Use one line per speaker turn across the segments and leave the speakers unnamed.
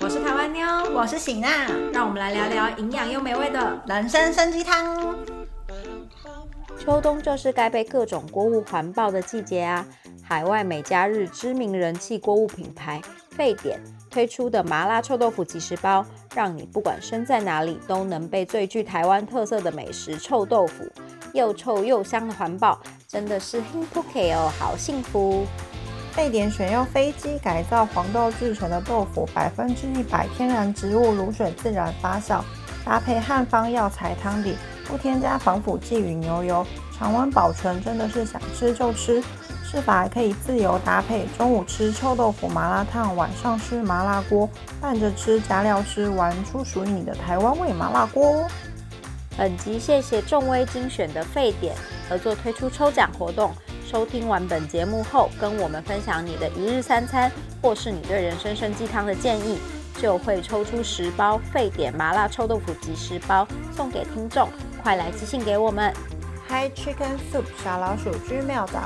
我是台湾妞，
我是喜娜，
让我们来聊聊营养又美味的。
人参参鸡汤。
秋冬就是该被各种锅物环抱的季节啊！海外每家日知名人气锅物品牌沸点推出的麻辣臭豆腐即食包，让你不管身在哪里都能被最具台湾特色的美食臭豆腐又臭又香的环抱，真的是 h i n p o k 哦，好幸福！
沸点选用飞机改造黄豆制成的豆腐，百分之一百天然植物卤水自然发酵，搭配汉方药材汤底，不添加防腐剂与牛油，常温保存，真的是想吃就吃。吃法可以自由搭配，中午吃臭豆腐麻辣烫，晚上吃麻辣锅，拌着吃，加料吃，玩出属于你的台湾味麻辣锅哦。
本集谢谢众威精选的沸点合作推出抽奖活动。收听完本节目后，跟我们分享你的一日三餐，或是你对人生生鸡汤的建议，就会抽出十包沸点麻辣臭豆腐即食包送给听众。快来寄信给我们！
Hi Chicken Soup 小老鼠 gmail.com。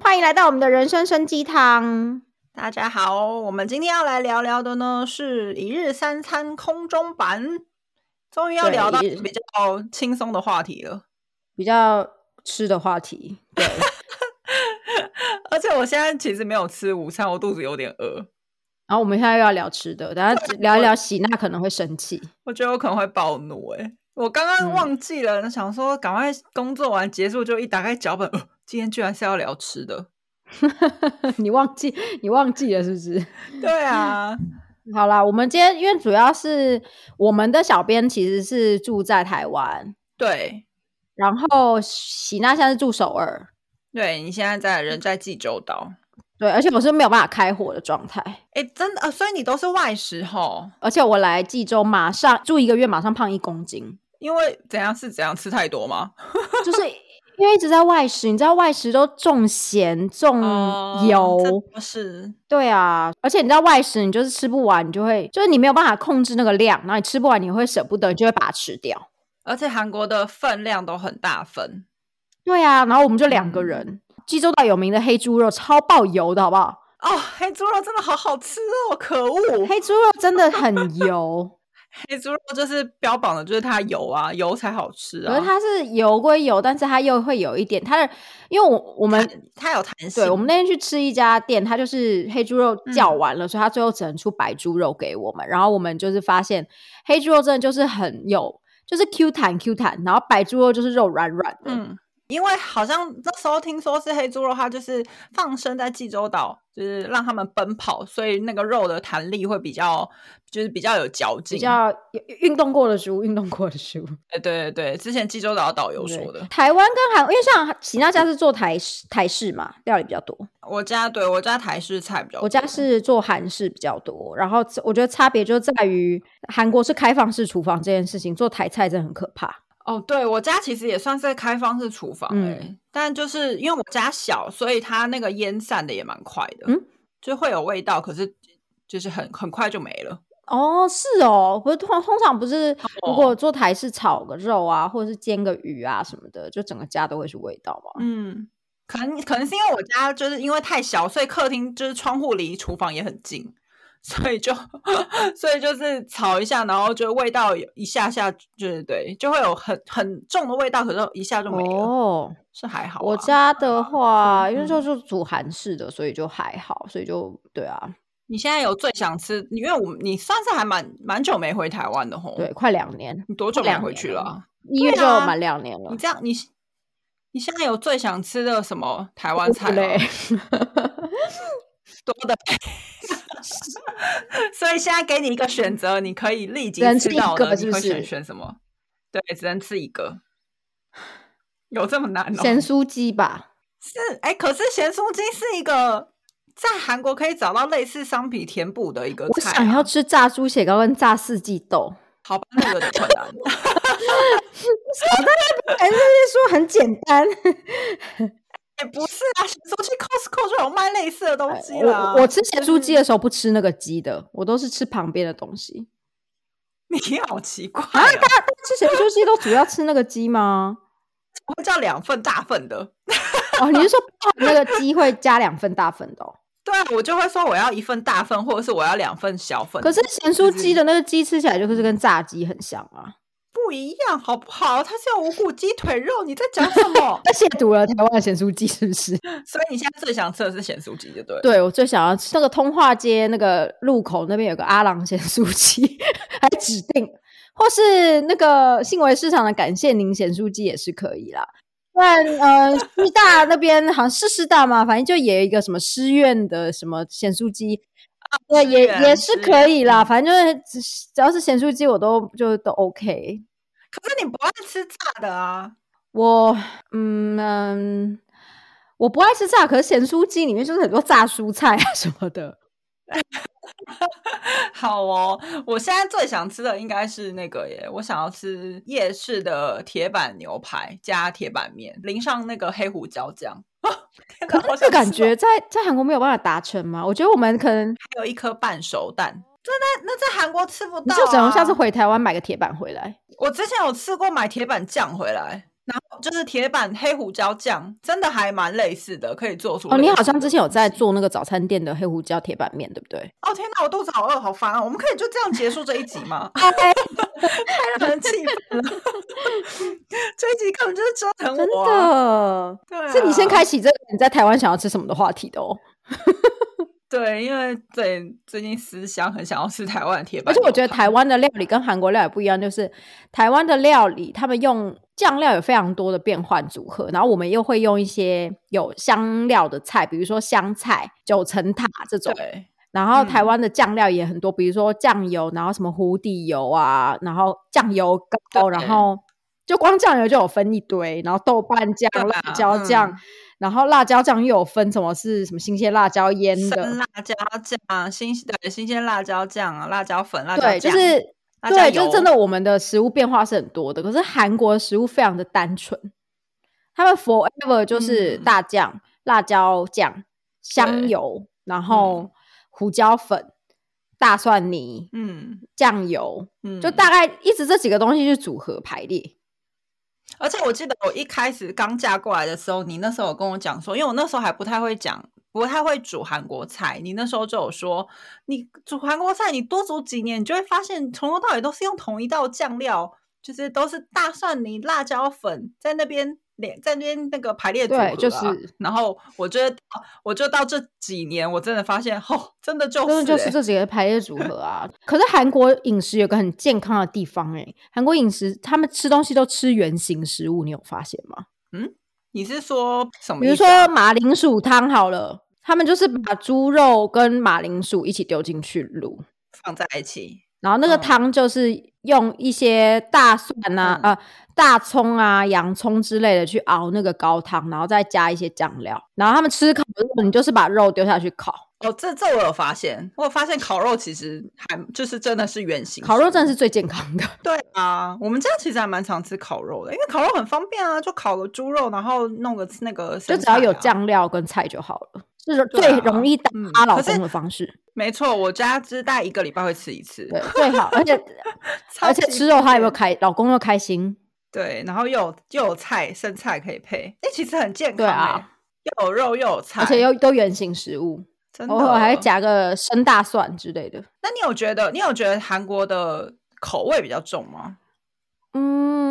欢迎来到我们的人生生鸡汤。
大家好，我们今天要来聊聊的呢是一日三餐空中版，终于要
对
聊到
一日
比较轻松的话题了。
比较吃的话题，对，
而且我现在其实没有吃午餐，我肚子有点饿，
然后我们现在又要聊吃的，等 下聊一聊喜娜可能会生气。
我觉得我可能会暴怒哎、我刚刚
嗯
忘记了，想说赶快工作完结束就一打开脚本，呃，今天居然是要聊吃的。
你忘记你忘记了是不是？
对啊，
好啦，我们今天因为主要是我们的小编其实是住在台湾，
对
然后喜娜现在是住首尔，
对，你现在在人在济州岛，
对，而且我是没有办法开火的状态，
哎、真的、呃，所以你都是外食吼，
而且我来济州马上住一个月，马上胖一公斤，
因为怎样是怎样吃太多吗？
就是因为一直在外食，你知道外食都重咸重
哦
油。
不是，
对啊，而且你知道外食，你就是吃不完，你就会就是你没有办法控制那个量，然后你吃不完，你会舍不得，你就会把它吃掉。
而且韩国的分量都很大份，
对啊，然后我们就两个人，济州岛有名的黑猪肉超爆油的好不好？
哦，黑猪肉真的好好吃哦！可恶，
黑猪肉真的很油。
黑猪肉就是标榜的就是它油啊，油才好吃啊。
可是它是油归油，但是它又会有一点它的，因为我我们
它有弹性，嗯
对我们那天去吃一家店，它就是黑猪肉叫完了，所以它最后只能出白猪肉给我们。然后我们就是发现黑猪肉真的就是很有，就是 Q 弹 Q 弹，然后白猪肉就是肉软软的。
嗯，因为好像那时候听说是黑猪肉，它就是放生在济州岛，就是让他们奔跑，所以那个肉的弹力会比较，就是比较有嚼劲。
比较有运动过的食物，运动过的食物。
哎对对对，之前济州岛的导游说的。
台湾跟韩，因为像喜娜家是做台式台式嘛，料理比较多。
我家对我家台式菜比较多，
我家是做韩式比较多，然后我觉得差别就在于韩国是开放式厨房这件事情，做台菜真的很可怕。
哦，对我家其实也算是开放式厨房、欸，
嗯
但就是因为我家小，所以它那个烟散的也蛮快的，
嗯，
就会有味道，可是就是很很快就没了。
哦，是哦，不是通通常不是，
哦
如果做台式炒个肉啊，或者是煎个鱼啊什么的，就整个家都会是味道嘛。
嗯，可能可能是因为我家就是因为太小，所以客厅就是窗户离厨房也很近，所以就 所以就是炒一下，然后就味道有一下下，就是对，就会有很很重的味道，可是一下就没了，
哦，
是还好啊、
我家的话，因为
嗯
就是煮韩式的，所以就还好，所以就对啊，
你现在有最想吃？因为我们你上次还蛮蛮久没回台湾的吼，
对，，快两年，
你多久没
两
回
年
去
了
了啊？
一月就
对啊
满两年了
你。这样，你你现在有最想吃的什么台湾菜
嘞
吗？，多的，所以现在给你一个选择，你可以立即
只能吃
吃
一
到
个
的，
是
你
不
会
是
选选什么？对，只能吃一个，有这么难哦？
咸酥鸡吧，
是哎、可是咸酥鸡是一个在韩国可以找到类似商品填补的一个
我
菜、啊，
想要吃炸猪血糕跟炸四季豆。
好吧，那有点困难。
哎，那些说很简单，
也不是啊，咸酥鸡 Costco 就有卖类似的东西
哎
啦。
我我吃咸酥鸡的时候不吃那个鸡的，我都是吃旁边的东西。
你好奇怪、
啊，
啊，
大家吃咸酥鸡都主要吃那个鸡吗？
我会叫两份大份的。
哦，你是说那个鸡会加两份大份的、 哦？
对啊，我就会说我要一份大份，或者是我要两份小份。
可是咸酥鸡的那个鸡吃起来就是跟炸鸡很像啊。？
不一样，好不好？它是有无骨鸡腿肉，你在讲什么
他亵渎了台湾的咸酥鸡，是不是？
所以你现在最想吃的是咸酥鸡，就对了。
对我最想要吃那个通化街那个路口那边有个阿郎咸酥鸡， 还指定，或是那个信维市场的感谢您咸酥鸡也是可以啦。但呃，师大那边好像是师大嘛，反正就也有一个什么师院的什么咸酥鸡，对，
啊师
也
院
也是
师
可以啦。反正就是只只要是咸酥鸡，我都就都 OK。
可是你不爱吃炸的啊？
我嗯嗯，我不爱吃炸，可是咸酥鸡里面就是很多炸蔬菜啊什么的。
好哦，我现在最想吃的应该是那个耶，我想要吃夜市的铁板牛排加铁板面，淋上那个黑胡椒酱。 天 哪
可是这感觉在在韩国没有办法达成吗？我觉得我们可能
哦还有一颗半熟蛋，这在那在韩国吃不
你
到、啊。
就只能下次回台湾买个铁板回来。
我之前有吃过买铁板酱回来，然后就是铁板黑胡椒酱，真的还蛮类似的，可以做出。
哦，你好像之前有在。做那个早餐店的黑胡椒铁板面，对不对？
哦天哪，我肚子好饿，好烦啊！我们可以就这样结束这一集 吗？太让人气愤了， 这一集根本就是折腾
真
我啊、
的，
对、啊，
是你先。开启这个你在台湾想要吃什么的话题的哦。
对，因为对最近思乡，很想要吃台湾的铁
而
板
且
牛排，
我觉得台湾的料理跟韩国料理不一样，就是台湾的料理他们用酱料有非常多的变换组合，然后我们又会用一些有香料的菜，比如说香菜、九层塔这种。
对
然后台
嗯
湾的酱料也很多，比如说酱油，然后什么湖底油啊，然后酱油膏，然
对
后就光酱油就有分一堆，然后豆瓣酱、
对
辣
啊
椒酱，
嗯
然后辣椒酱又有分什么是什么新鲜辣椒腌
生
的，
辣椒酱、新对新鲜辣椒酱啊、辣椒粉、辣椒
对，
酱，
就是
辣椒
对，就是
油
真的，我们的食物变化是很多的。可是韩国的食物非常的单纯，他们 forever 就是
嗯
大酱、辣椒酱、香
对
油，然后胡椒粉、大蒜泥、
嗯
酱油，
嗯，
就大概一直这几个东西去组合排列。
而且我记得我一开始刚嫁过来的时候，你那时候有跟我讲说，因为我那时候还不太会讲，不太会煮韩国菜。你那时候就有说，你煮韩国菜，你多煮几年，你就会发现从头到尾都是用同一道酱料，就是都是大蒜泥、辣椒粉在那边连在那边那个排列组合啊、
对就是
然后我觉得到，我就到这几年，我真的发现，哦，真的就是、
真的就是这几个排列组合啊！可是韩国饮食有个很健康的地方诶、韩国饮食他们吃东西都吃原形食物，你有发现吗？
你是说什么
比如
意思
说
啊？嗯
马铃薯汤好了，他们就是把猪肉跟马铃薯一起丢进去卤，
放在一起，
然后那个
嗯
汤就是用一些大蒜啊、
嗯
呃大葱啊、洋葱之类的去熬那个高汤，然后再加一些酱料。然后他们吃烤肉，你就是把肉丢下去烤，
哦，这这我有发现，我有发现烤肉其实还就是真的是圆形食物，
烤肉真的是最健康的。
对啊，我们家其实还蛮常吃烤肉的，因为烤肉很方便啊，就烤个猪肉，然后弄个那个、啊
就只要有，酱料跟菜就好了，是
对
最
啊
容易打
嗯
发老
可是
公的方 式。
没错，我家只大概一个礼拜会吃一次，
对，最好，而且
超
而且
级
吃肉他也会
方便
开，老公又开心。
对，然后又有又有菜生菜可以配，哎，其实很健康、
对啊，
又有肉又有菜，
而且又都原形食物，
真的哦
偶尔还会。夹个生大蒜之类的。
那你有觉得你有觉得韩国的口味比较重吗？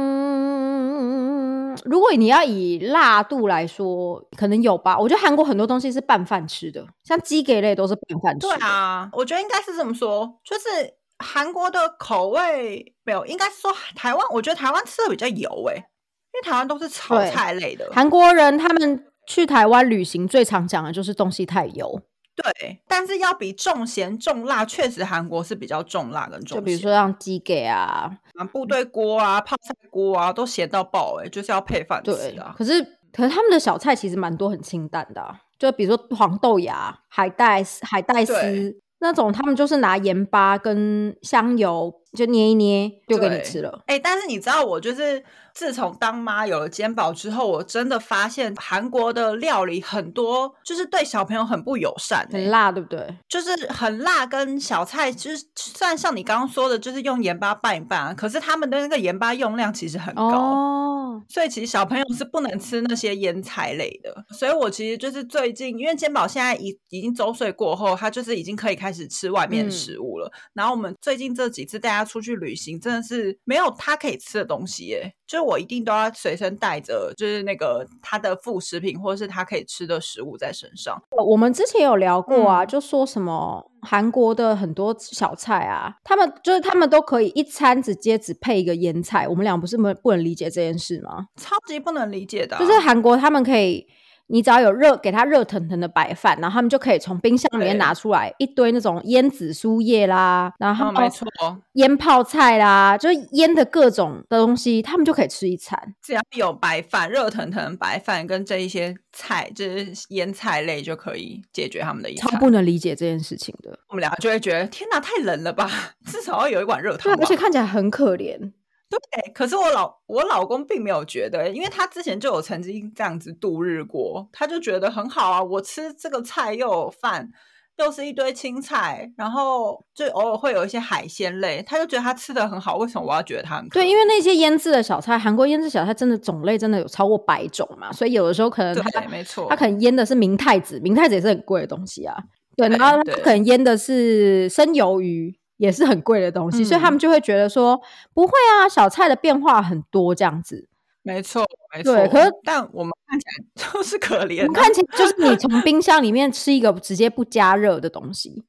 嗯，如果你要以辣度来说，可能有吧。我觉得韩国很多东西是拌饭吃的，像鸡给类都是拌饭吃
对
的。，
啊，我觉得应该是这么说，就是韩国的口味没有，应该是说台湾，我觉得台湾吃的比较油诶、因为台湾都是炒
对
菜类的，
韩国人他们去台湾旅行最常讲的就是东西太油，
对，但是要比重咸重辣，确实韩国是比较重辣跟重
就
咸。
比如说像鸡给啊，
啊部队锅啊、泡菜锅啊，都咸到爆哎、就是要配饭吃
对。
啊。
可是可是他们的小菜其实蛮多很清淡的啊、就比如说黄豆芽、海带丝海带丝
对
那种，他们就是拿盐巴跟香油、就捏一捏就给你
对
吃了。
哎、但是你知道，我就是自从当妈有了肩膀之后，我真的发现韩国的料理很多就是对小朋友很不友善、
很
欸
辣，对不对？
就是很辣，跟小菜就是虽然像你刚刚说的，就是用盐巴拌一拌啊，可是他们的那个盐巴用量其实很高。
哦，
所以其实小朋友是不能吃那些腌菜类的，所以我其实就是最近，因为肩膀现在已已经周岁过后，他就是已经可以开始吃外面的
嗯
食物了。然后我们最近这几次带他出去旅行，真的是没有他可以吃的东西耶，就是我一定都要随身带着，就是那个他的副食品或者是他可以吃的食物在身上。
哦我们之前有聊过啊，
嗯
就说什么韩国的很多小菜啊，他们就是他们都可以一餐直接只配一个腌菜，我们俩不是没不能理解这件事吗？
超级不能理解的啊、
就是韩国他们可以，你只要有热给他热腾腾的白饭，然后他们就可以从冰箱里面
对
拿出来一堆那种腌紫苏叶啦，然后
嗯，没错，
腌泡菜啦，就是腌的各种的东西，他们就可以吃一餐。
只要有白饭、热腾腾的白饭跟这一些菜，就是腌菜类就可以解决他们的一
超
餐。
不能理解这件事情的，
我们俩就会觉得天哪，太冷了吧， 至少要有一碗热
对
汤
啊，
吧。
而且看起来很可怜。
对可是我老我老公并没有觉得，因为他之前就有曾经这样子度日过，他就觉得很好啊，我吃这个菜又有饭。又是一堆青菜，然后就偶尔会有一些海鲜类，他就觉得他吃的很好，为什么我要觉得他很可
对，因
为
为那些腌制的小菜，韩国腌制小菜真的种类真的有超过百种嘛，所以有的时候可能它
对，没错，
它可能腌的是明太子，明太子也是很贵的东西啊。对，
对
然后它
对
可能腌的是生鱿鱼，也是很贵的东西，所以他
嗯
们就会觉得说不会啊，小菜的变化很多这样子。
没错，没错。
对可是
但我们看起来 就是可
我
怜、啊，
们看起来就是 你从冰箱里面吃一个直接不加热的东西，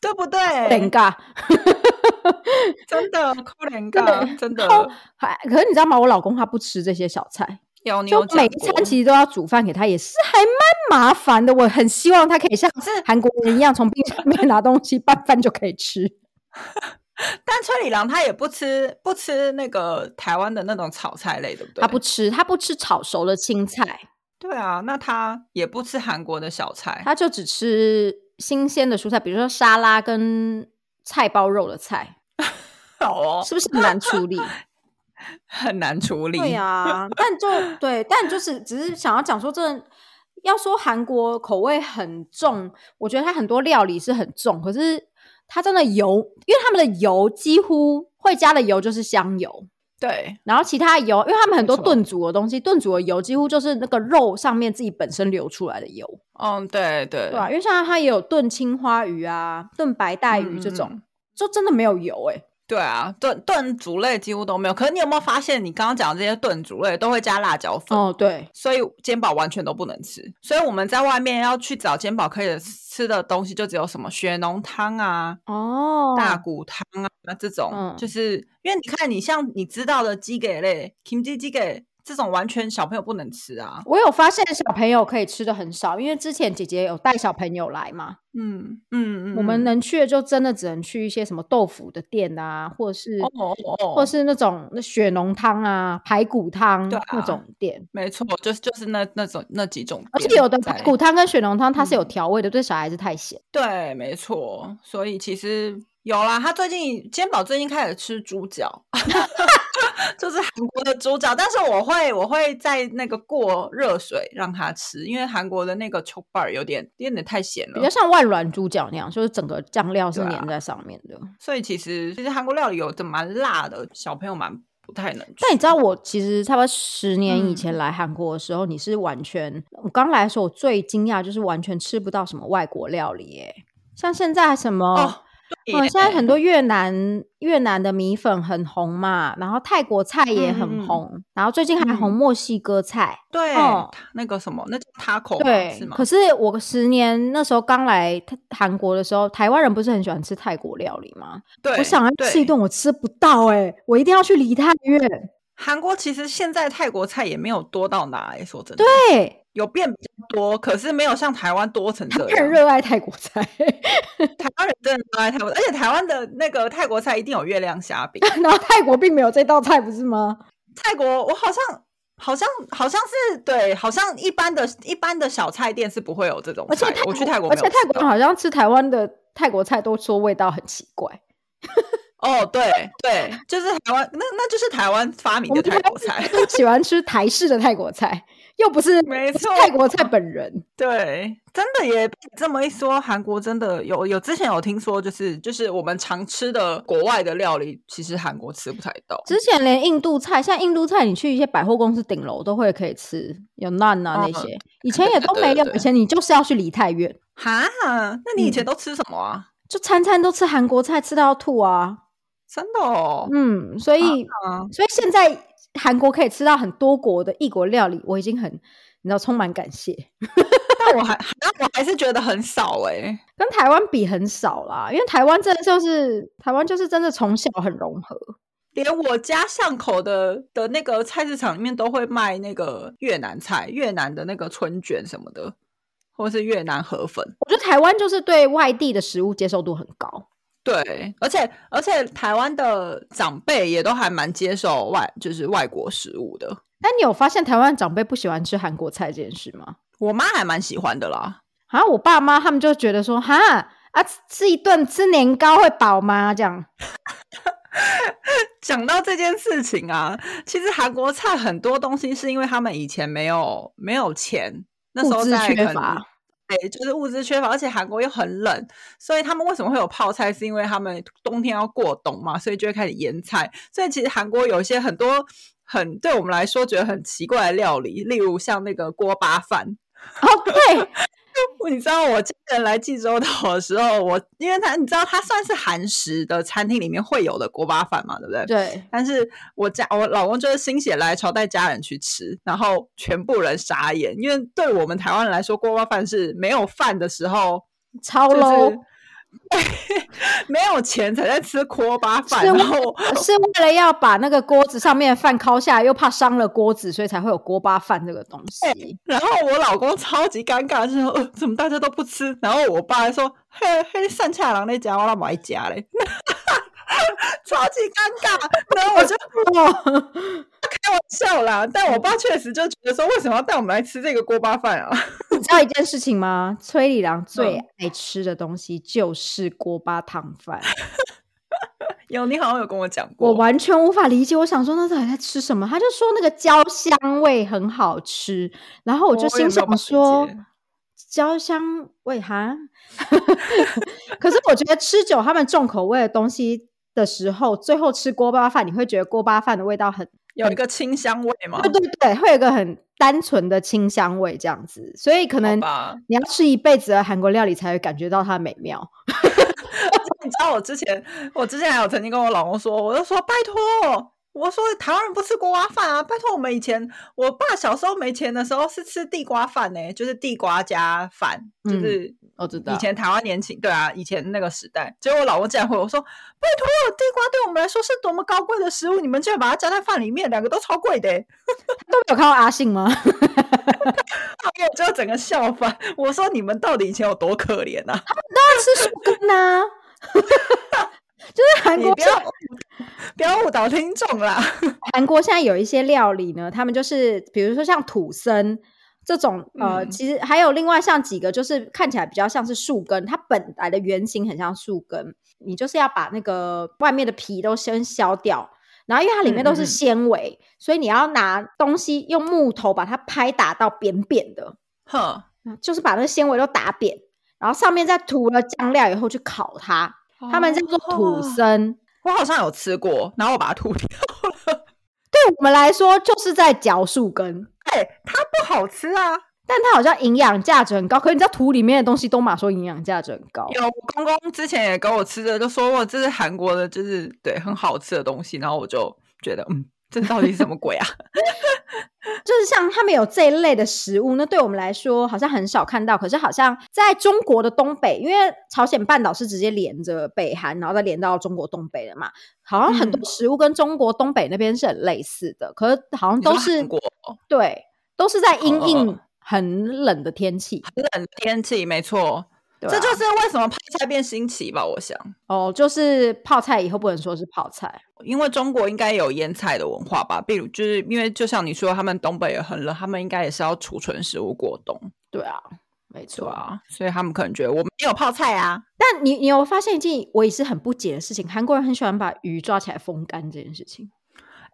对不
尴
对？
尬。
真的，可怜噶，真的
然后还可是你知道吗？我老公他不吃这些小菜，
有你
就
有
每
讲
一餐
过。
其实都要煮饭给他，也是还蛮麻烦的。我很希望他可以像韩国人一样，从冰箱里面拿东西拌饭就可以吃。
但崔里郎他也不吃不吃那个台湾的那种炒菜类，对不对？
他不吃，他不吃炒熟的青菜，
对啊，那他也不吃韩国的小菜。
他就只吃新鲜的蔬菜，比如说沙拉跟菜包肉的菜，
好哦，
是不是很难处理？
很难处理。
对啊，但就对，但就是只是想要讲说这。要说韩国口味很重，我觉得它很多料理是很重，可是它真的油，因为他们的油几乎会加的油就是香油，
对
然后其他的油，因为他们很多
没错
炖煮的东西，炖煮的油几乎就是那个肉上面自己本身流出来的油，
嗯，对对
对啊，因为像它也有炖青花鱼啊、炖白带鱼这种，
嗯嗯嗯
就真的没有油哎、
对啊，炖炖煮类几乎都没有。可是你有没有发现，你刚刚讲的这些炖煮类都会加辣椒粉？
哦，对，
所以煎宝完全都不能吃。所以我们在外面要去找煎宝可以吃的东西，就只有什么血浓汤啊、
哦，
大骨汤啊这种，
嗯
就是因为你看，你像你知道的鸡给类、kimchi 鸡给这种，完全小朋友不能吃啊。
我有发现小朋友可以吃的很少，因为之前姐姐有带小朋友来嘛，
嗯嗯嗯，
我们
嗯
能去的就真的只能去一些什么豆腐的店啊，或是、
哦哦哦，
或是那种那血浓汤啊、排骨汤、
对啊
那种店。
没错，就是就是那那种那几种
而
店在，
且有的排骨汤跟血浓汤它是有
嗯
调味的，对小孩子太咸。
对，没错，所以其实有啦。他最近肩膀最近开始吃猪脚， 就是韩国的猪脚，但是我会我会在那个过热水让他吃，因为韩国的那个 c h o b a r 有点有点太咸
比较
了，
像万峦猪脚那样，就是整个酱料是
对啊
粘在上面的。
所以其实其实韩国料理有的蛮辣的，小朋友蛮不太能吃。
但你知道，我其实差不多十年以
嗯
前来韩国的时候，你是完全，我刚来的时候，我最惊讶就是完全吃不到什么外国料理、耶。像现在什么，
哦，对
嗯，
耶
现在很多越南越南的米粉很红嘛，然后泰国菜也
嗯嗯
很
嗯
红，然后最近还红
嗯
墨西哥菜，
对、
哦
那个什么，那叫 taco 吗
对，
哦是吗
可？是我十年那时候刚来泰韩国的时候，台湾人不是很喜欢吃泰国料理吗？
对，
我想要
对
吃一顿，我吃不到哎、我一定要去离太远。
韩国其实现在泰国菜也没有多到哪里，说真的，
对，啊
有变比较多，可是没有像台湾多成这
很
样。
热爱泰国菜，
台湾人真的都爱泰国，而且台湾的那个泰国菜一定有月亮虾饼。
然后泰国并没有这道菜，不是吗？
泰国我好像好像好像是对，好像一般的一般的小菜店是不会有这种
而且
菜
泰
的。我去泰国
而
没有
且
吃
泰国人
到，
好像吃台湾的泰国菜都说味道很奇怪。
哦，对对，就是台湾，那那就是台湾发明
我
的
们
泰
台
国菜，
都喜欢吃台式的泰国菜， 又不是
没
不是
错
泰国菜本人。
对，真的也被你这么一说，韩国真的有有之前有听说，就是就是我们常吃的国外的料理，其实韩国吃不太到。
之前连印度菜，现在印度菜你去一些百货公司顶楼都会可以吃，有 naan 啊那
嗯
些，以前也都没
对
有
对，对
以前你就是要去梨泰院，
哈，那你以
嗯
前都吃什么啊？
就餐餐都吃韩国菜，吃到吐啊。
真的哦，
嗯，所以
啊
所以现在韩国可以吃到很多国的异国料理，我已经很你知道充满感谢。
但我还 但我还是觉得很少哎、
跟台湾比很少啦，因为台湾真的就是台湾就是真的从小很融合，
连我家巷口的的那个菜市场里面都会卖那个越南菜，越南的那个春卷什么的，或是越南河粉。
我觉得台湾就是对外地的食物接受度很高。
对，而且而且台湾的长辈也都还蛮接受外就是外国食物的。
但你有发现台湾长辈不喜欢吃韩国菜这件事吗？
我妈还蛮喜欢的啦，
啊，我爸妈他们就觉得说，哈啊，吃吃一顿吃年糕会饱吗？这样，
讲到这件事情啊，其实韩国菜很多东西是因为他们以前没有没有钱，那时候
物资
在
缺
很
乏，
对，就是物资缺乏，而且韩国又很冷，所以他们为什么会有泡菜？是因为他们冬天要过冬嘛，所以就会开始腌菜。所以其实韩国有一些很多很对我们来说觉得很奇怪的料理，例如像那个锅巴饭，
哦，对，
你知道我家人来济州岛的时候，我因为他你知道它算是韩食的餐厅里面会有的锅巴饭嘛，对不对？
对，
但是我家我老公就是心血来潮带家人去吃，然后全部人傻眼，因为对我们台湾人来说，锅包饭是没有饭的时候，
超
就是
low，、
没有钱才在吃锅巴饭，
是
然
为
后
是为了要把那个锅子上面的饭敲下来，又怕伤了锅子，所以才会有锅巴饭这个东西。
然后我老公超级尴尬，就说、呃、怎么大家都不吃？然后我爸还说嘿嘿，善恰郎那家我让买家嘞， 超级尴尬。然后 我就
哦，
开玩笑啦，但我爸确实就觉得说，为什么要带我们来吃这个锅巴饭啊？
你知道一件事情吗？崔里郎最
嗯
爱吃的东西就是锅巴烫 饭，
有，你好像有跟我讲过，
我完全无法理解。我想说，那到底在吃什么？他就说那个焦香味很好吃，然后我就
我
心
也没哦有办
想
法
说
理解，
焦香味哈。 可是我觉得吃久他们重口味的东西的时候，最后吃锅巴饭，你会觉得锅巴饭的味道很
有一个清香味嘛，
对对对，会有一个很单纯的清香味这样子，所以可能
吧
你要吃一辈子的韩国料理才会感觉到它的美妙。
你知道我之前，我之前还有曾经跟我老公说，我就说拜托，我说台湾人不吃锅巴饭啊，拜托我们以前我爸小时候没钱的时候是吃地瓜饭呢、就是地瓜加饭，就
嗯
是
我知
以前台湾年轻，对啊，以前那个时代，结果我老公竟然回我说：“拜托，地瓜对我们来说是多么高贵的食物，你们竟然把它加在饭里面，两个都超贵的、欸。”
都没有看到阿信吗？
然后我就整个笑翻，我说：“你们到底以前有多可怜啊？
吃树根呐、就是韩
你
国
不要不要误导听众啦。
韩国现在有一些料理呢，他们就是比如说像土参这种，呃，
嗯
其实还有另外像几个，就是看起来比较像是树根，它本来的原型很像树根，你就是要把那个外面的皮都先削掉。然后，因为它里面都
嗯嗯
是
嗯
纤维，所以你要拿东西用木头把它拍打到扁扁的，”哦
哼，
就是把那个纤维都打扁，然后上面再涂了酱料以后去烤它。他们叫做土
哦
参，
我好像有吃过，然后我把它吐 掉。
对我们来说就是在嚼树根，
哎、它不好吃啊！
但它好像营养价值很高。可是你知道土里面的东西都马说营养价值很高，
有我公公之前也给我吃的，就说我这是韩国的，就是对很好吃的东西，然后我就觉得，嗯，这到底是什么鬼啊？
就是像他们有这一类的食物，那对我们来说好像很少看到。可是好像在中国的东北，因为朝鲜半岛是直接连着北韩，然后再连到中国东北的嘛，好像很多
嗯
食物跟中国东北那边是很类似的，可是好像
你说
都是
韩国
对，都是在因
嗯嗯
应很冷的天气。
冷天气，没错，
对
这
啊
就是为什么泡菜变新奇吧？我想，
哦，就是泡菜以后不能说是泡菜，
因为中国应该有腌菜的文化吧，比如就是因为就像你说，他们东北也很冷，他们应该也是要储存食物过冬。
对啊，没
对啊，所以他们可能觉得我没有泡菜啊，
但你你有发现一件我也是很不解的事情，韩国人很喜欢把鱼抓起来风干这件事情，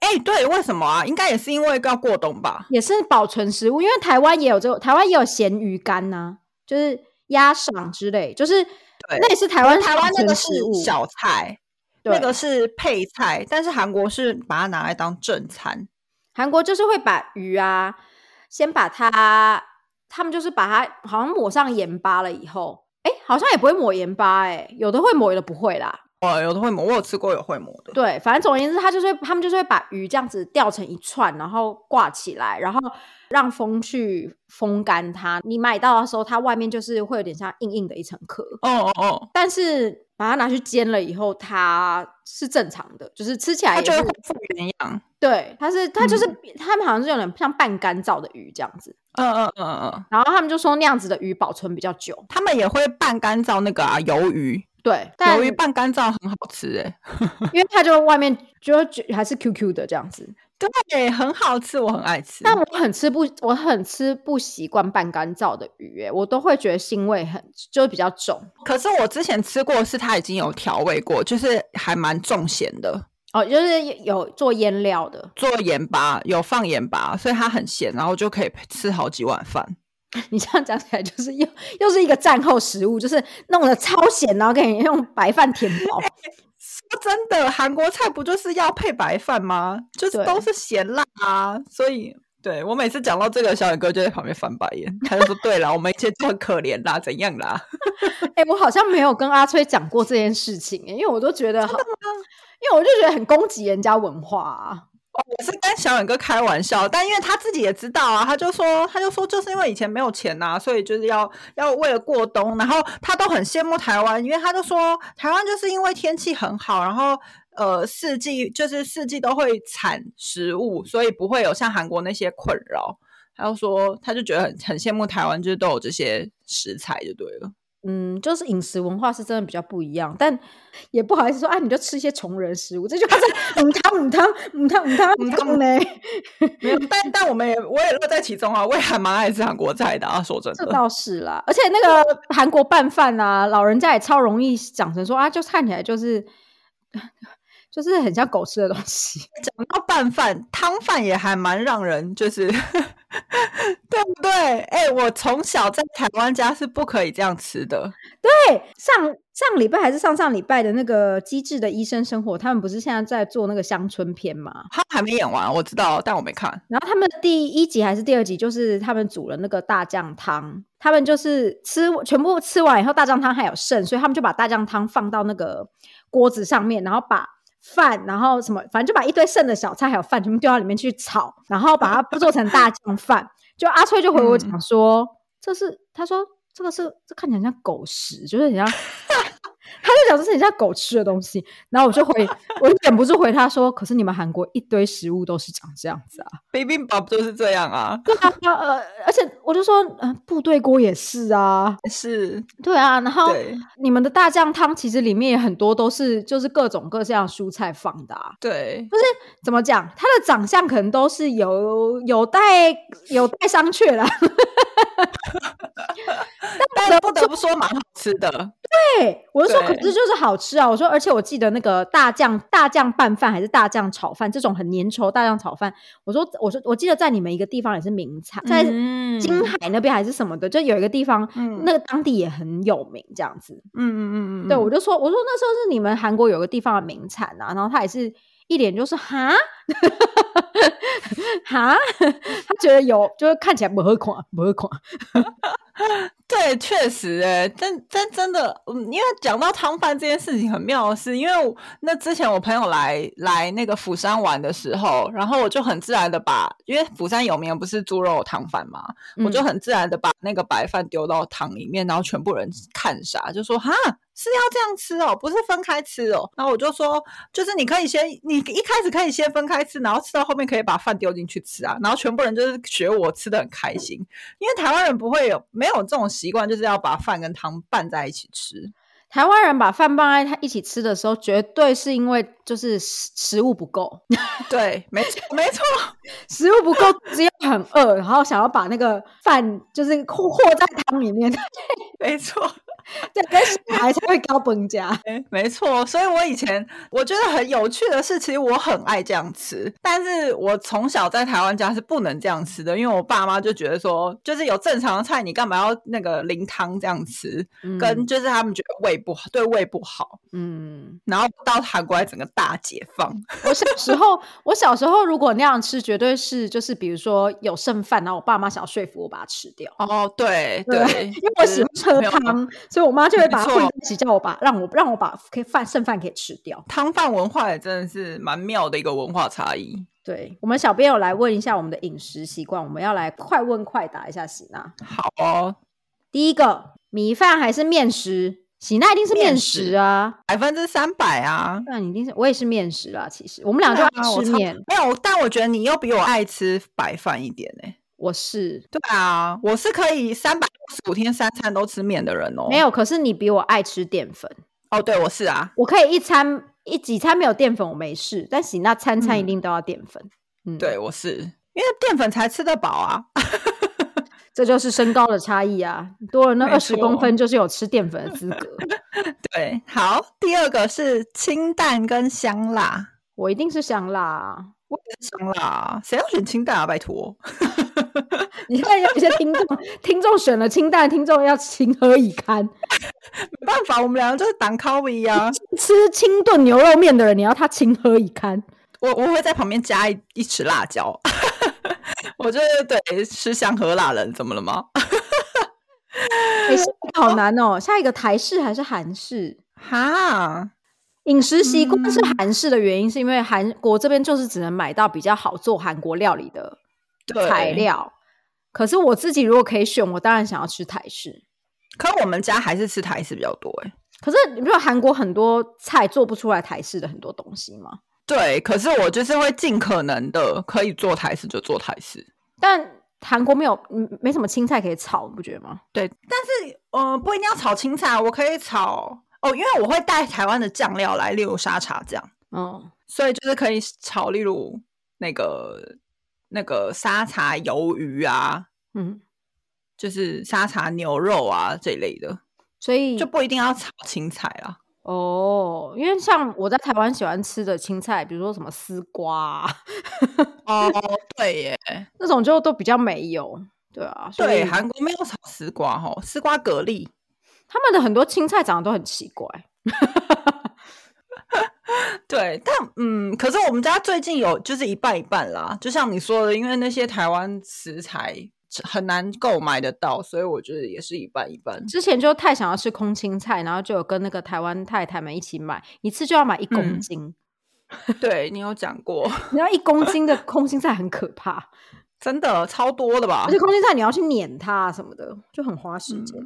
哎、对，为什么啊？应该也是因为要过冬吧？
也是保存食物，因为台湾也有这种，台湾也有咸鱼干呐、就是鸭赏之类，就是那也是台湾
台湾那
保
个
存
是
食物，
小菜，
对
那个是配菜，但是韩国是把它拿来当正餐。
韩国就是会把鱼啊，先把它，他们就是把它好像抹上盐巴了以后，哎，好像也不会抹盐巴、诶哎，有的会抹，有的不会啦。
哦，有的会磨，我有吃过有会磨的。
对，反正总而言之，他就是会他们就是会把鱼这样子吊成一串，然后挂起来，然后让风去风干它。你买到的时候，它外面就是会有点像硬硬的一层壳，
哦哦哦，
但是把它拿去煎了以后，它是正常的，就是吃起来
它
也
就是会嗯恢复原样。
对，它是它就是、他们好像是有点像半干燥的鱼这样子。
嗯嗯嗯嗯嗯，
然后他们就说那样子的鱼保存比较久，
他们也会半干燥那个啊，鱿鱼，
对，但
鱿鱼
因
半干燥很好吃哎、
为它就外面就会觉还是 QQ 的这样子，
对，很好吃，我很爱吃。
但我很吃不，我很吃不习惯半干燥的鱼、欸，我都会觉得腥味很就是比较重
可是我之前吃过，是它已经有调味过，就是还蛮重咸的，
哦，就是有做腌料的，
做盐巴有放盐巴，所以它很咸，然后就可以吃好几碗饭。
你这样讲起来就是又又是一个战后食物，就是弄得超咸，然后给你用白饭填饱，
说真的，韩国菜不就是要配白饭吗？就是
对
都是咸辣啊，所以。对我每次讲到这个，小野哥就在旁边翻白眼，他就说：“对了，我们以前就很可怜啦，怎样啦
哎、我好像没有跟阿崔讲过这件事情、欸，因为我都觉得好，因为我就觉得很攻击人家文化、啊。？”
我是跟小野哥开玩笑，但因为他自己也知道啊，他就说，他就说，就是因为以前没有钱呐、所以就是要要为了过冬，然后他都很羡慕台湾，因为他就说，台湾就是因为天气很好，然后呃四季就是四季都会产食物，所以不会有像韩国那些困扰。他就说，他就觉得很很羡慕台湾，就是都有这些食材就对了。
嗯，就是饮食文化是真的比较不一样，但也不好意思说啊，你就吃一些穷人食物，这就话是 母汤母汤母汤嗯母汤母汤嘞，
没有，但但我们也我也乐在其中啊，我也还蛮爱吃韩国菜的啊，说真
这
的。
倒是啦。而且那个韩国拌饭啊，老人家也超容易讲成说啊，就看起来就是 就是很像狗吃的东西。
讲到拌饭，汤饭也还蛮让人就是， 对不对？哎、我从小在台湾家是不可以这样吃的。
对，上上礼拜还是上上礼拜的那个《机智的医生生活》，他们不是现在在做那个乡村片吗？
他还没演完，我知道，但我没看。
然后他们第一集还是第二集，就是他们煮了那个大酱汤，他们就是吃全部吃完以后，大酱汤还有剩，所以他们就把大酱汤放到那个锅子上面，然后把饭，然后什么，反正就把一堆剩的小菜还有饭全部丢到里面去炒，然后把它做成大酱饭。就阿翠就回我讲说，这是他说这个是这看起来像狗食，就是很像。他就讲这是很像狗吃的东西，然后我就回，我就忍不住回他说：“可是你们韩国一堆食物都是长这样子啊。”
冰冰 b 就是这样啊，
对啊，呃，而且我就说，呃，部队锅也是啊，
是，
对啊，然后
对
你们的大酱汤其实里面也很多都是就是各种各样的蔬菜放的啊。
对，
怎么讲？他的长相可能都是有有待有待商榷啦。
但不得不说蛮好吃的。
对，我就说，可
对
是就是好吃啊！我说，而且我记得那个大酱大酱拌饭还是大酱炒饭这种很粘稠的大酱炒饭，我说我说我记得在你们一个地方也是名菜，在
嗯
金海那边还是什么的，就有一个地方，
嗯
那个当地也很有名，这样子。
嗯嗯嗯嗯，
对，我就说，我说那时候是你们韩国有个地方的名产啊，然后他也是一脸就是哈 哈，他觉得有，就是看起来不合款，不合款。
对，确实、欸，哎，但但真的，嗯，因为讲到汤饭这件事情很妙的是，因为我那之前我朋友来来那个釜山玩的时候，然后我就很自然的把，因为釜山有名的不是猪肉汤饭嘛，我就
嗯
很自然的把那个白饭丢到汤里面，然后全部人看傻，就说哈。是要这样吃哦，不是分开吃哦。然后我就说，就是你可以先，你一开始可以先分开吃，然后吃到后面可以把饭丢进去吃啊。然后全部人就是学我吃的很开心，因为台湾人不会有没有这种习惯，就是要把饭跟汤拌在一起吃。
台湾人把饭放在他一起吃的时候，绝对是因为就是食食物不够，
对，没错，没错，
食物不够，只有很饿，然后想要把那个饭就是和和在汤里面，
没错。
对，跟小孩才会高崩家。
哎，没错，所以我以前我觉得很有趣的是，其实我很爱这样吃，但是我从小在台湾家是不能这样吃的，因为我爸妈就觉得说，就是有正常的菜，你干嘛要那个淋汤这样吃？跟就是他们觉得胃不好，对胃不好。
嗯，
然后到韩国来整个大解放，
我小时候，我小时候如果那样吃，绝对是就是比如说有剩饭，然后我爸妈想要说服我把它吃掉。
哦，对
因为我喜欢喝汤，所以我妈就会把它混在一起，叫我把让我让我把可以饭剩饭给吃掉。
汤饭文化也真的是蛮妙的一个文化差异。
对我们小编有来问一下我们的饮食习惯，我们要来快问快答一下喜娜。
好哦，
第一个，米饭还是面食？喜娜一定是面
面
食
食
啊，
百分之三百啊，
那你一定是我也是面食啦。其实我们俩就爱
对啊我
吃
超
面，
没有，但我觉得你又比我爱吃白饭一点呢、欸
我是
对啊，我是可以三百六十五天三餐都吃面的人哦。
没有，可是你比我爱吃淀粉，
哦，对，我是啊，
我可以一餐一几餐没有淀粉我没事，但喜那餐餐一
嗯
定都要淀粉。嗯，
对，，我是，因为淀粉才吃得饱啊。
这就是身高的差异啊，多了那
没
二十
错
公分就是有吃淀粉的资格。
对，好，第二个是清淡跟香辣。
我一定是香辣、啊，
我也是香辣啊，谁要选清淡啊？拜托，
你看有些听众听众选了清淡，听众要情何以堪？
没办法，我们两个就是挡 c o v 啊。
吃清炖牛肉面的人，你要他情何以 堪？
我我会在旁边加一一匙辣椒。 我就是对吃香喝辣人，怎么了吗？
哎、下一个好难哦，下一个台式还是韩式？
哈，
饮食习惯是
嗯
韩式的原因，是因为韩国这边就是只能买到比较好做韩国料理的
对
材料。可是我自己如果可以选，我当然想要吃台式。
可我们家还是吃台式比较多哎、
可是你不知道韩国很多菜做不出来台式的很多东西吗？
对，可是我就是会尽可能的可以做台式就做台式。
但韩国没有嗯没什么青菜可以炒，你不觉得吗？
对，但是呃，不一定要炒青菜，我可以炒哦，因为我会带台湾的酱料来，例如沙茶酱，
嗯，
所以就是可以炒，例如那个那个沙茶鱿鱼啊，
嗯，
就是沙茶牛肉啊这一类的，嗯
所以
就不一定要炒青菜啦。
哦，因为像我在台湾喜欢吃的青菜，比如说什么丝瓜啊、
哦，对耶，
那种，就都比较没有。对啊，所以
对，韩国没有炒丝瓜哦，丝瓜蛤蜊。
他们的很多青菜长得都很奇怪。
对，但嗯，可是我们家最近有就是一半一半啦，就像你说的，因为那些台湾食材很难购买得到，所以我觉得也是一半一半。
之前就太想要吃空青菜，然后就有跟那个台湾太太们一起买，一次就要买一公
嗯
斤。
对你有讲过，
你知道一公斤的空心菜很可 怕，
真的超多的吧
而且？空心菜你要去碾它啊什么的，就很花时间。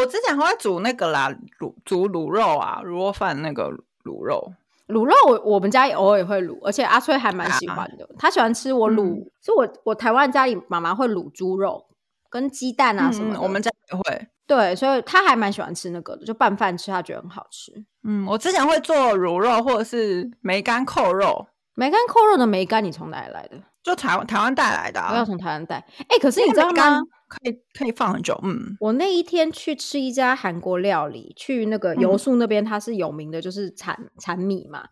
我之前还会煮那个啦，卤煮卤肉啊，卤肉饭那个卤肉。
卤肉我我们家也偶尔也会卤，而且阿崔还蛮喜欢
啊
的，他喜欢吃我卤，
嗯
所以我我台湾家里妈妈会卤猪肉跟鸡蛋啊什么
嗯
的，
我们家也会。
对，所以他还蛮喜欢吃那个的，就拌饭吃，他觉得很好吃。
嗯，我之前会做卤肉或者是梅干扣肉，
梅干扣肉的梅干你从哪里来的？
就台湾台湾带来的
我要
啊。
从台湾带。哎、可是
因
你
为
知道
梅干
吗？
可以可以放很久，嗯，
我那一天去吃一家韩国料理，去那个游
嗯
宿那边，它是有名的，就是产产米嘛。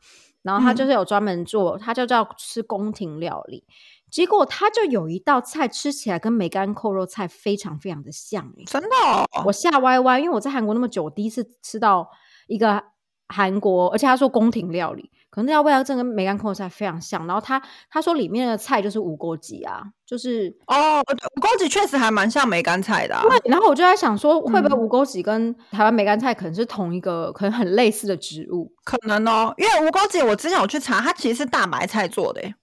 然后它
嗯
就是有专门做，它就叫吃宫廷料理。结果它就有一道菜吃起来跟梅干扣肉菜非常非常的像、欸，
真的、哦。
我吓歪歪，因为我在韩国那么久，我第一次吃到一个韩国，而且他说宫廷料理，可能那道味道真的跟梅干扣肉菜非常像。然后他他说里面的菜就是无锅鸡啊，就是
哦，对五公子确实还蛮像梅干菜的、啊。
对，然后我就在想说，会不会
嗯
无钩子跟台湾梅干菜可能是同一个，可能很类似的植物
可能哦，因为吴公子我之前有去查，它其实是大白菜做的耶，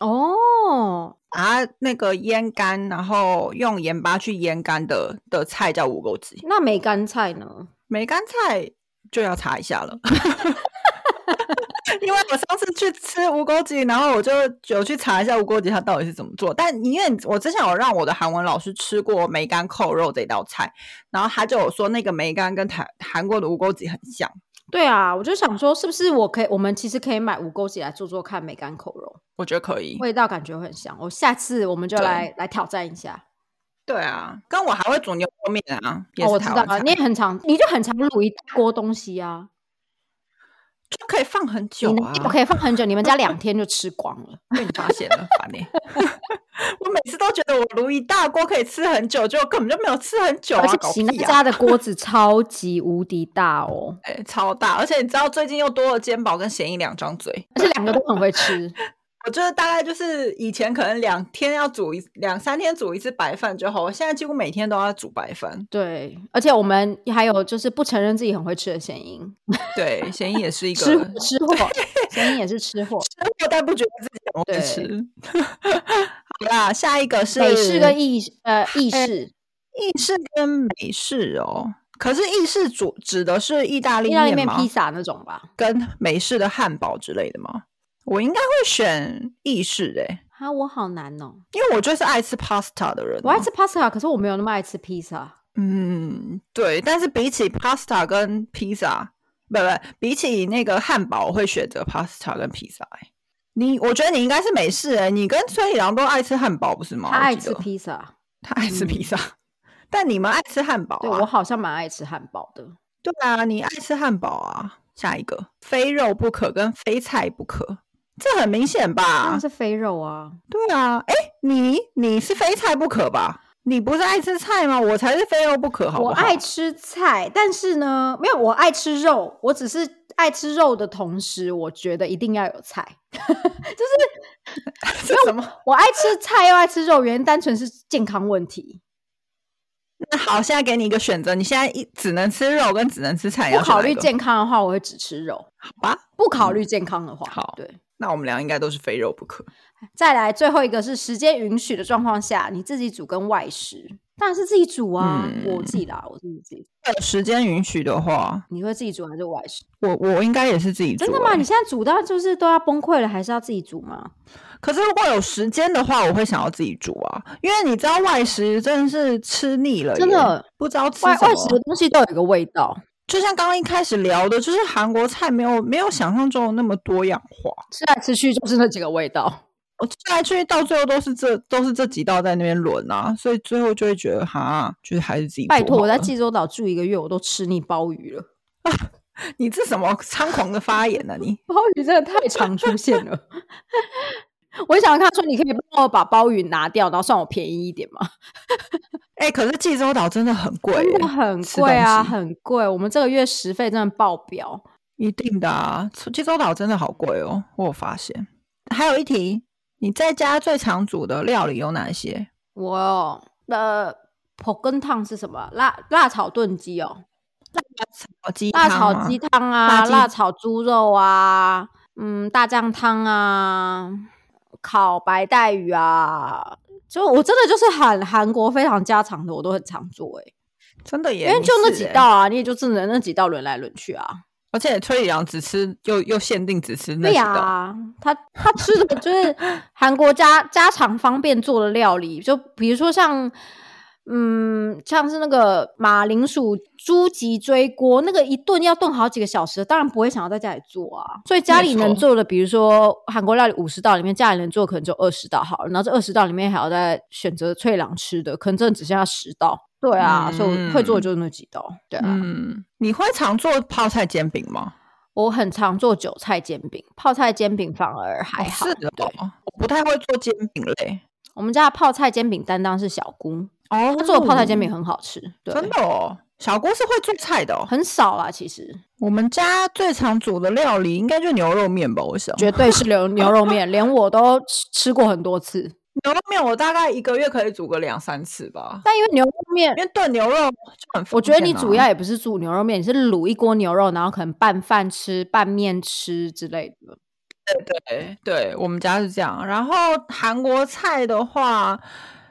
哦。
把它那个腌干，然后用盐巴去腌干的的菜叫吴公子。
那梅干菜呢？
梅干菜就要查一下了。 因为我上次去吃无锅鸡，然后我就有去查一下无锅鸡它到底是怎么做。但因为我之前有让我的韩文老师吃过梅干扣肉这道菜，然后他就有说那个梅干跟台韩国的无锅鸡很像。
对啊，我就想说，是不是我可以，我们其实可以买五沟鸡来做做看梅干口肉，
我觉得可以。
味道感觉会很像。我下次我们就
对
来来挑战一下。
对啊，跟我还会煮牛肉面啊，也
哦，
是
我知
台
道啊，
湾菜，
你也很常，你就很常卤一大锅东西啊。
就可以放很久
你
啊。
我可以放很久，你们家两天就吃光了。
被你发现了，烦 你、 我每次都觉得我卤一大锅可以吃很久，结果根本就没有吃很久啊，
而且
搞
喜娜
屁啊！
家的锅子超级无敌大哦，
哎，超大，而且你知道最近又多了肩膀跟咸一两张嘴，
而且两个都很会吃。
我觉得大概就是以前可能两天要煮一两三天煮一次白饭就好，我现在几乎每天都要煮白饭。
对，而且我们还有就是不承认自己很会吃的嫌疑，
对，咸一也是一个
吃货吃货，嫌疑也是吃货。
吃货但不觉得自己很会
对
吃。 好啦，下一个是
美式跟意呃意式，
意式跟美式哦。可是意式主指的是意大利
意大利面
吗
披萨那种吧？
跟美式的汉堡之类的吗？我应该会选意式诶、
啊，我好难哦，
因为我就是爱吃 pasta 的人、啊
我爱吃 pasta，可是我没有那么爱吃披萨。
嗯，对，但是比起 pasta 跟披萨，不不，比起那个汉堡，我会选择 pasta 跟披萨、欸。你，我觉得你应该是美式诶、欸你跟崔以阳都爱吃汉堡不是吗？
他
我
爱吃
记得，
披萨，
他爱吃披萨， 但你们爱吃汉堡
对我
啊？
好像蛮爱吃汉堡的。
对啊，你爱吃汉堡啊。下一个，非肉不可跟非菜不可，这很明显
当
吧
然？是肥肉啊，
对啊，哎，你你是非菜不可吧？你不是爱吃菜吗？我才是非肉不可，好不好？
我爱吃菜，但是呢，没有我爱吃肉，我只是爱吃肉的同时，我觉得一定要有菜。
是 什么？
我爱吃菜又爱吃肉，原因单纯是健康问题。
那好，现在给你一个选择，你现在一只能吃肉跟只能吃菜，
不
你要选
考
哪一
虑
个
健康的话，我会只吃肉；
好吧？嗯
不考虑健康的话，
好
对。
那我们俩应该都是非肉不可。
再来最后一个是时间允许的状况下，你自己煮跟外食，当然是自己煮啊，
嗯
我自己啦，我自己自己。
有时间允许的话，
你会自己煮还是外食？
我我应该也是自己煮、
真的吗？
欸
你现在煮到就是都要崩溃了，还是要自己煮吗？
可是如果有时间的话，我会想要自己煮啊，因为你知道外食真的是吃腻了耶，
真的
不知道吃
外
什
外食的
么。
东西都有一个味道，
就像刚刚一开始聊的，就是韩国菜没有没有想象中的那么多样化。哦
吃来吃去就是那几个味道。
我吃来吃去到最后都是这都是这几道在那边轮啊，所以最后就会觉得哈，就是还是自己
拜
做
托，
好
我在
了
济州岛住一个月，我都吃腻鲍鱼了。
你这什么猖狂的发言呢、啊？你
鲍鱼真的太常出现了。 我也想跟他说，你可以帮我把鲍鱼拿掉，然后算我便宜一点嘛？
哎、可是济州岛真的很贵、
真的
欸，
很
吃
贵啊，
东西
很贵。我们这个月食费真的爆表。
一定的啊，济州岛真的好贵哦，我有发现。还有一题，你在家最常煮的料理有哪些？
我哦呃，刨根烫是什么？辣辣炒炖鸡哦，
哦鸡
辣
汤
炒
吗
鸡汤
辣
啊，
鸡
辣炒猪肉啊，嗯，大酱汤啊，烤白带鱼啊，就我真的就是很韩国非常家常的，我都很常做哎、
真的耶，
因为就那
你是
几
欸
道，啊，你也就只能那几道轮来轮去啊。
而且崔宇阳只吃又又限定只吃那
对
几
呀、
道，
他他吃的就是韩国家家常方便做的料理，就比如说像。嗯，像是那个马铃薯猪脊椎锅，那个一炖要炖好几个小时，当然不会想要在家里做啊。所以家里
没错
能做的，比如说韩国料理五十道里面，家里能做可能就二十道好了，然后这二十道里面还要再选择翠朗吃的，可能真的只剩下十道。对啊，所以我会做的就是那几道。对啊，
嗯，你会常做泡菜煎饼吗？
我很常做韭菜煎饼，泡菜煎饼反而还好。
哦是
对
哦，我不太会做煎饼类。
我们家的泡菜煎饼担当是小姑，她
哦
做的泡菜煎饼很好吃，对，
真的哦，小姑是会做菜的哦。
很少啦，其实
我们家最常煮的料理应该就牛肉面吧，我想。
绝对是 牛牛肉面，连我都吃吃过很多次。
牛肉面我大概一个月可以煮个两三次吧，
但因为牛肉面，
因为炖牛肉就很、啊
我觉得你主要，也不是煮牛肉面，你是卤一锅牛肉，然后可能拌饭吃、拌面吃之类的。
对对，我们家是这样。然后韩国菜的话，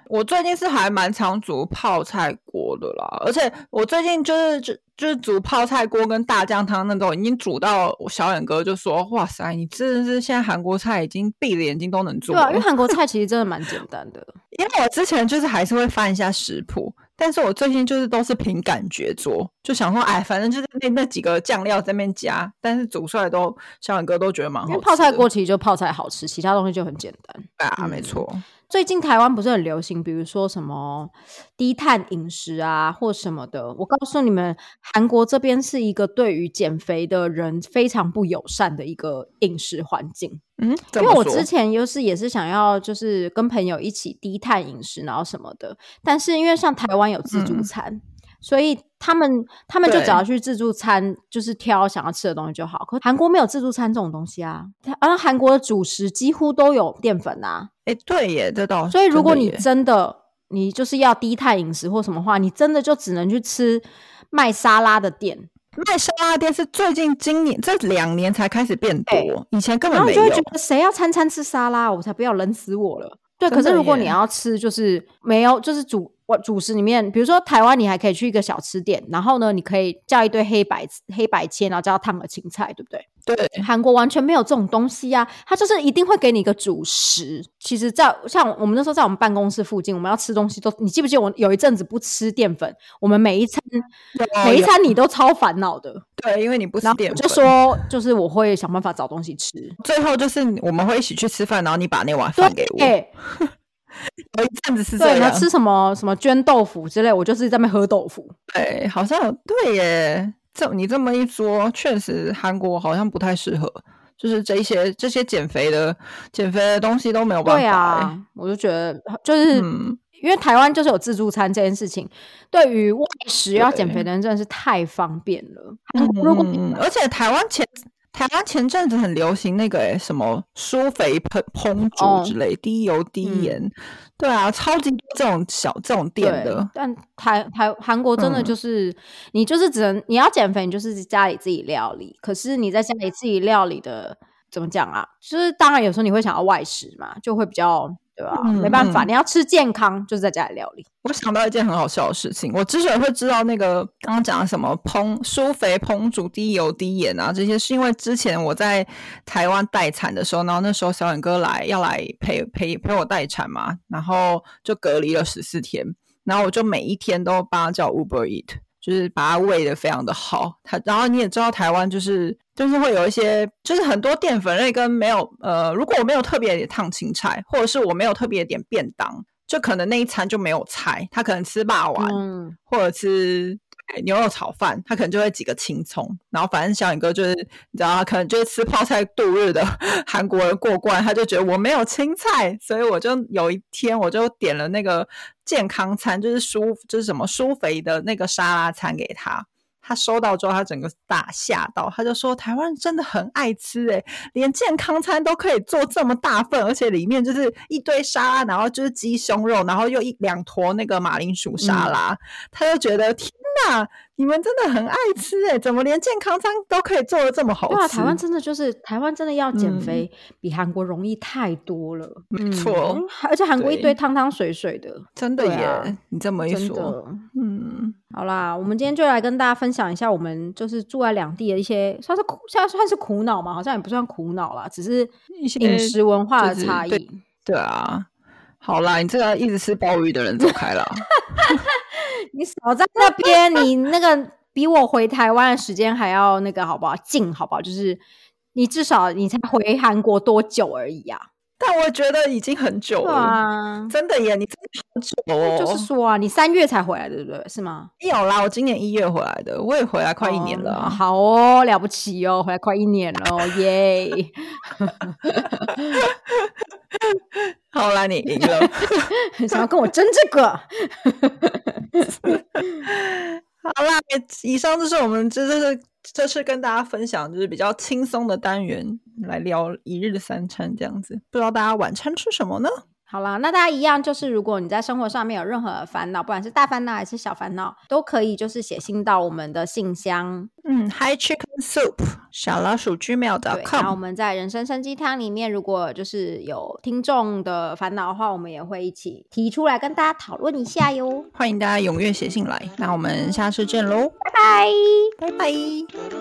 我最近是还蛮常煮泡菜锅的啦，而且我最近就是就就是煮泡菜锅跟大酱汤那种，已经煮到我小远哥就说：“哇塞，你真的是现在韩国菜已经闭着眼睛都能做
对
了。
啊，因为韩国菜其实真的蛮简单 的。
因为我之前就是还是会翻一下食谱，但是我最近就是都是凭感觉做，就想说，哎，反正就是那那几个酱料在那边加，但是煮出来都小远哥都觉得蛮好
因
吃
为
的。
泡菜锅其实就泡菜好吃，其他东西就很简单。
对啊，
嗯
没错，
最近台湾不是很流行，比如说什么低碳饮食啊，或什么的。我告诉你们，韩国这边是一个对于减肥的人非常不友善的一个饮食环境。
嗯，
因
怎
为
么
我
说
之前又是也是想要就是跟朋友一起低碳饮食，然后什么的，但是因为像台湾有自助
嗯
餐，所以他们他们就
对
只要去自助餐，就是挑想要吃的东西就好。可是韩国没有自助餐这种东西啊，它而韩国的主食几乎都有淀粉啊，
哎、对耶，这倒
所以如
真
果
的
你
耶
真的你就是要低碳饮食或什么话，你真的就只能去吃卖沙拉的店，
卖沙拉店是最近今年这两年才开始变多，以前根
然后
本没
你就会
有
觉。得谁要餐餐吃沙拉，我才不要冷死我了。对，可
真
是
的
如果你
耶
要吃，就是没有，就是主我主食里面，比如说台湾，你还可以去一个小吃店，然后呢，你可以叫一堆黑白黑白切，然后叫它烫个青菜，对不对？
对，
韩国完全没有这种东西啊，它就是一定会给你一个主食。其实在，像我们那时候在我们办公室附近，我们要吃东西都，你记不记得我有一阵子不吃淀粉，我们每一餐
有
每一
有
餐你都超烦恼的，
对，因为你不吃
然后
淀
我
粉，
就说就是我会想办法找东西吃。
最后就是我们会一起去吃饭，然后你把那碗
对哎
饭给我，有一阵子是这
对，然
样
后，吃什么什么绢豆腐之类，我就是在那边喝豆腐。
对，好像有对耶。这你这么一说，确实韩国好像不太适合，就是这一些这些减肥的减肥的东西都没有办法欸
对
耶。
啊，我就觉得就是、
嗯，
因为台湾就是有自助餐这件事情，对于外食要减肥的人真的是太方便了。韩国如果
嗯，而且台湾前台湾前阵子很流行那个、欸、什么舒肥烹烹
哦
煮之类，低油低
嗯
盐，对啊，超级多这种小这种店
对，
的，
但台台韩国真的
嗯
就是、你就是只能你要减肥，你就是家里自己料理。可是你在家里自己料理的怎么讲啊？就是当然有时候你会想要外食嘛，就会比较对吧、
嗯
没办法，
嗯
你要吃健康，就是在家里料理。
我想到一件很好笑的事情，我之所以会知道那个刚刚讲的什么烹舒肥烹煮低油低盐啊这些，是因为之前我在台湾待产的时候，然后那时候小远哥来要来陪陪陪我待产嘛，然后就隔离了十四天，然后我就每一天都帮他叫 Uber Eat，就是把他喂的非常的好。他然后你也知道台湾就是就是会有一些就是很多淀粉类跟没有呃，如果我没有特别点烫青菜，或者是我没有特别点便当。就可能那一餐就没有菜，他可能吃霸王，
嗯，
或者吃哎牛肉炒饭，他可能就会几个青葱，然后反正小颖哥就是你知道，他可能就是吃泡菜度日的 韩国人过惯，他就觉得我没有青菜，所以我就有一天我就点了那个健康餐，就是舒就是什么舒肥的那个沙拉餐给他。他收到之后，他整个大吓到，他就说：“台湾人真的很爱吃、欸，连健康餐都可以做这么大份，而且里面就是一堆沙拉，然后就是鸡胸肉，然后又一两坨那个马铃薯沙拉，他就觉得天哪，你们真的很爱吃哎、怎么连健康餐都可以做的这么好吃？
对啊，台湾真的就是台湾真的要减
嗯
肥、比韩国容易太多了，
没
嗯
错
嗯而且韩国一
对
堆汤汤水水的，
真的
对
耶，
啊
你这么一
真
说，
的。
嗯，
好啦，我们今天就来跟大家分享一下我们就是住在两地的一些算是苦，算算是苦恼嘛，好像也不算苦恼啦，只是
一些
饮食文化的
就是
差异。
对对啊。好啦，你这个一直吃鲍鱼的人走开啦。
你少在那边，你那个比我回台湾的时间还要那个好不好？近好不好？就是你至少你才回韩国多久而已啊？
但我觉得已经很久
对
了，
啊，
真的耶，你真的很久哦。
就是说啊，你三月才回来，对不对？是吗？
没有啦，我今年一月回来的，我也回来快一年
哦
了啊。
好哦，了不起哦，回来快一年了哦，耶！
好啦，你赢了。
想要跟我争这个？
好啦，以上就是我们这这是这次跟大家分享，就是比较轻松的单元来聊一日三餐这样子。不知道大家晚餐吃什么呢？
好啦，那大家一样，就是如果你在生活上面有任何烦恼，不管是大烦恼还是小烦恼，都可以就是写信到我们的信箱。
嗯，Hi Chicken Soup 小老鼠 gmail.com
对，然后我们在人生生鸡汤里面，如果就是有听众的烦恼的话，我们也会一起提出来跟大家讨论一下哟。
欢迎大家踊跃写信来。那我们下次见喽，
拜拜。
拜拜。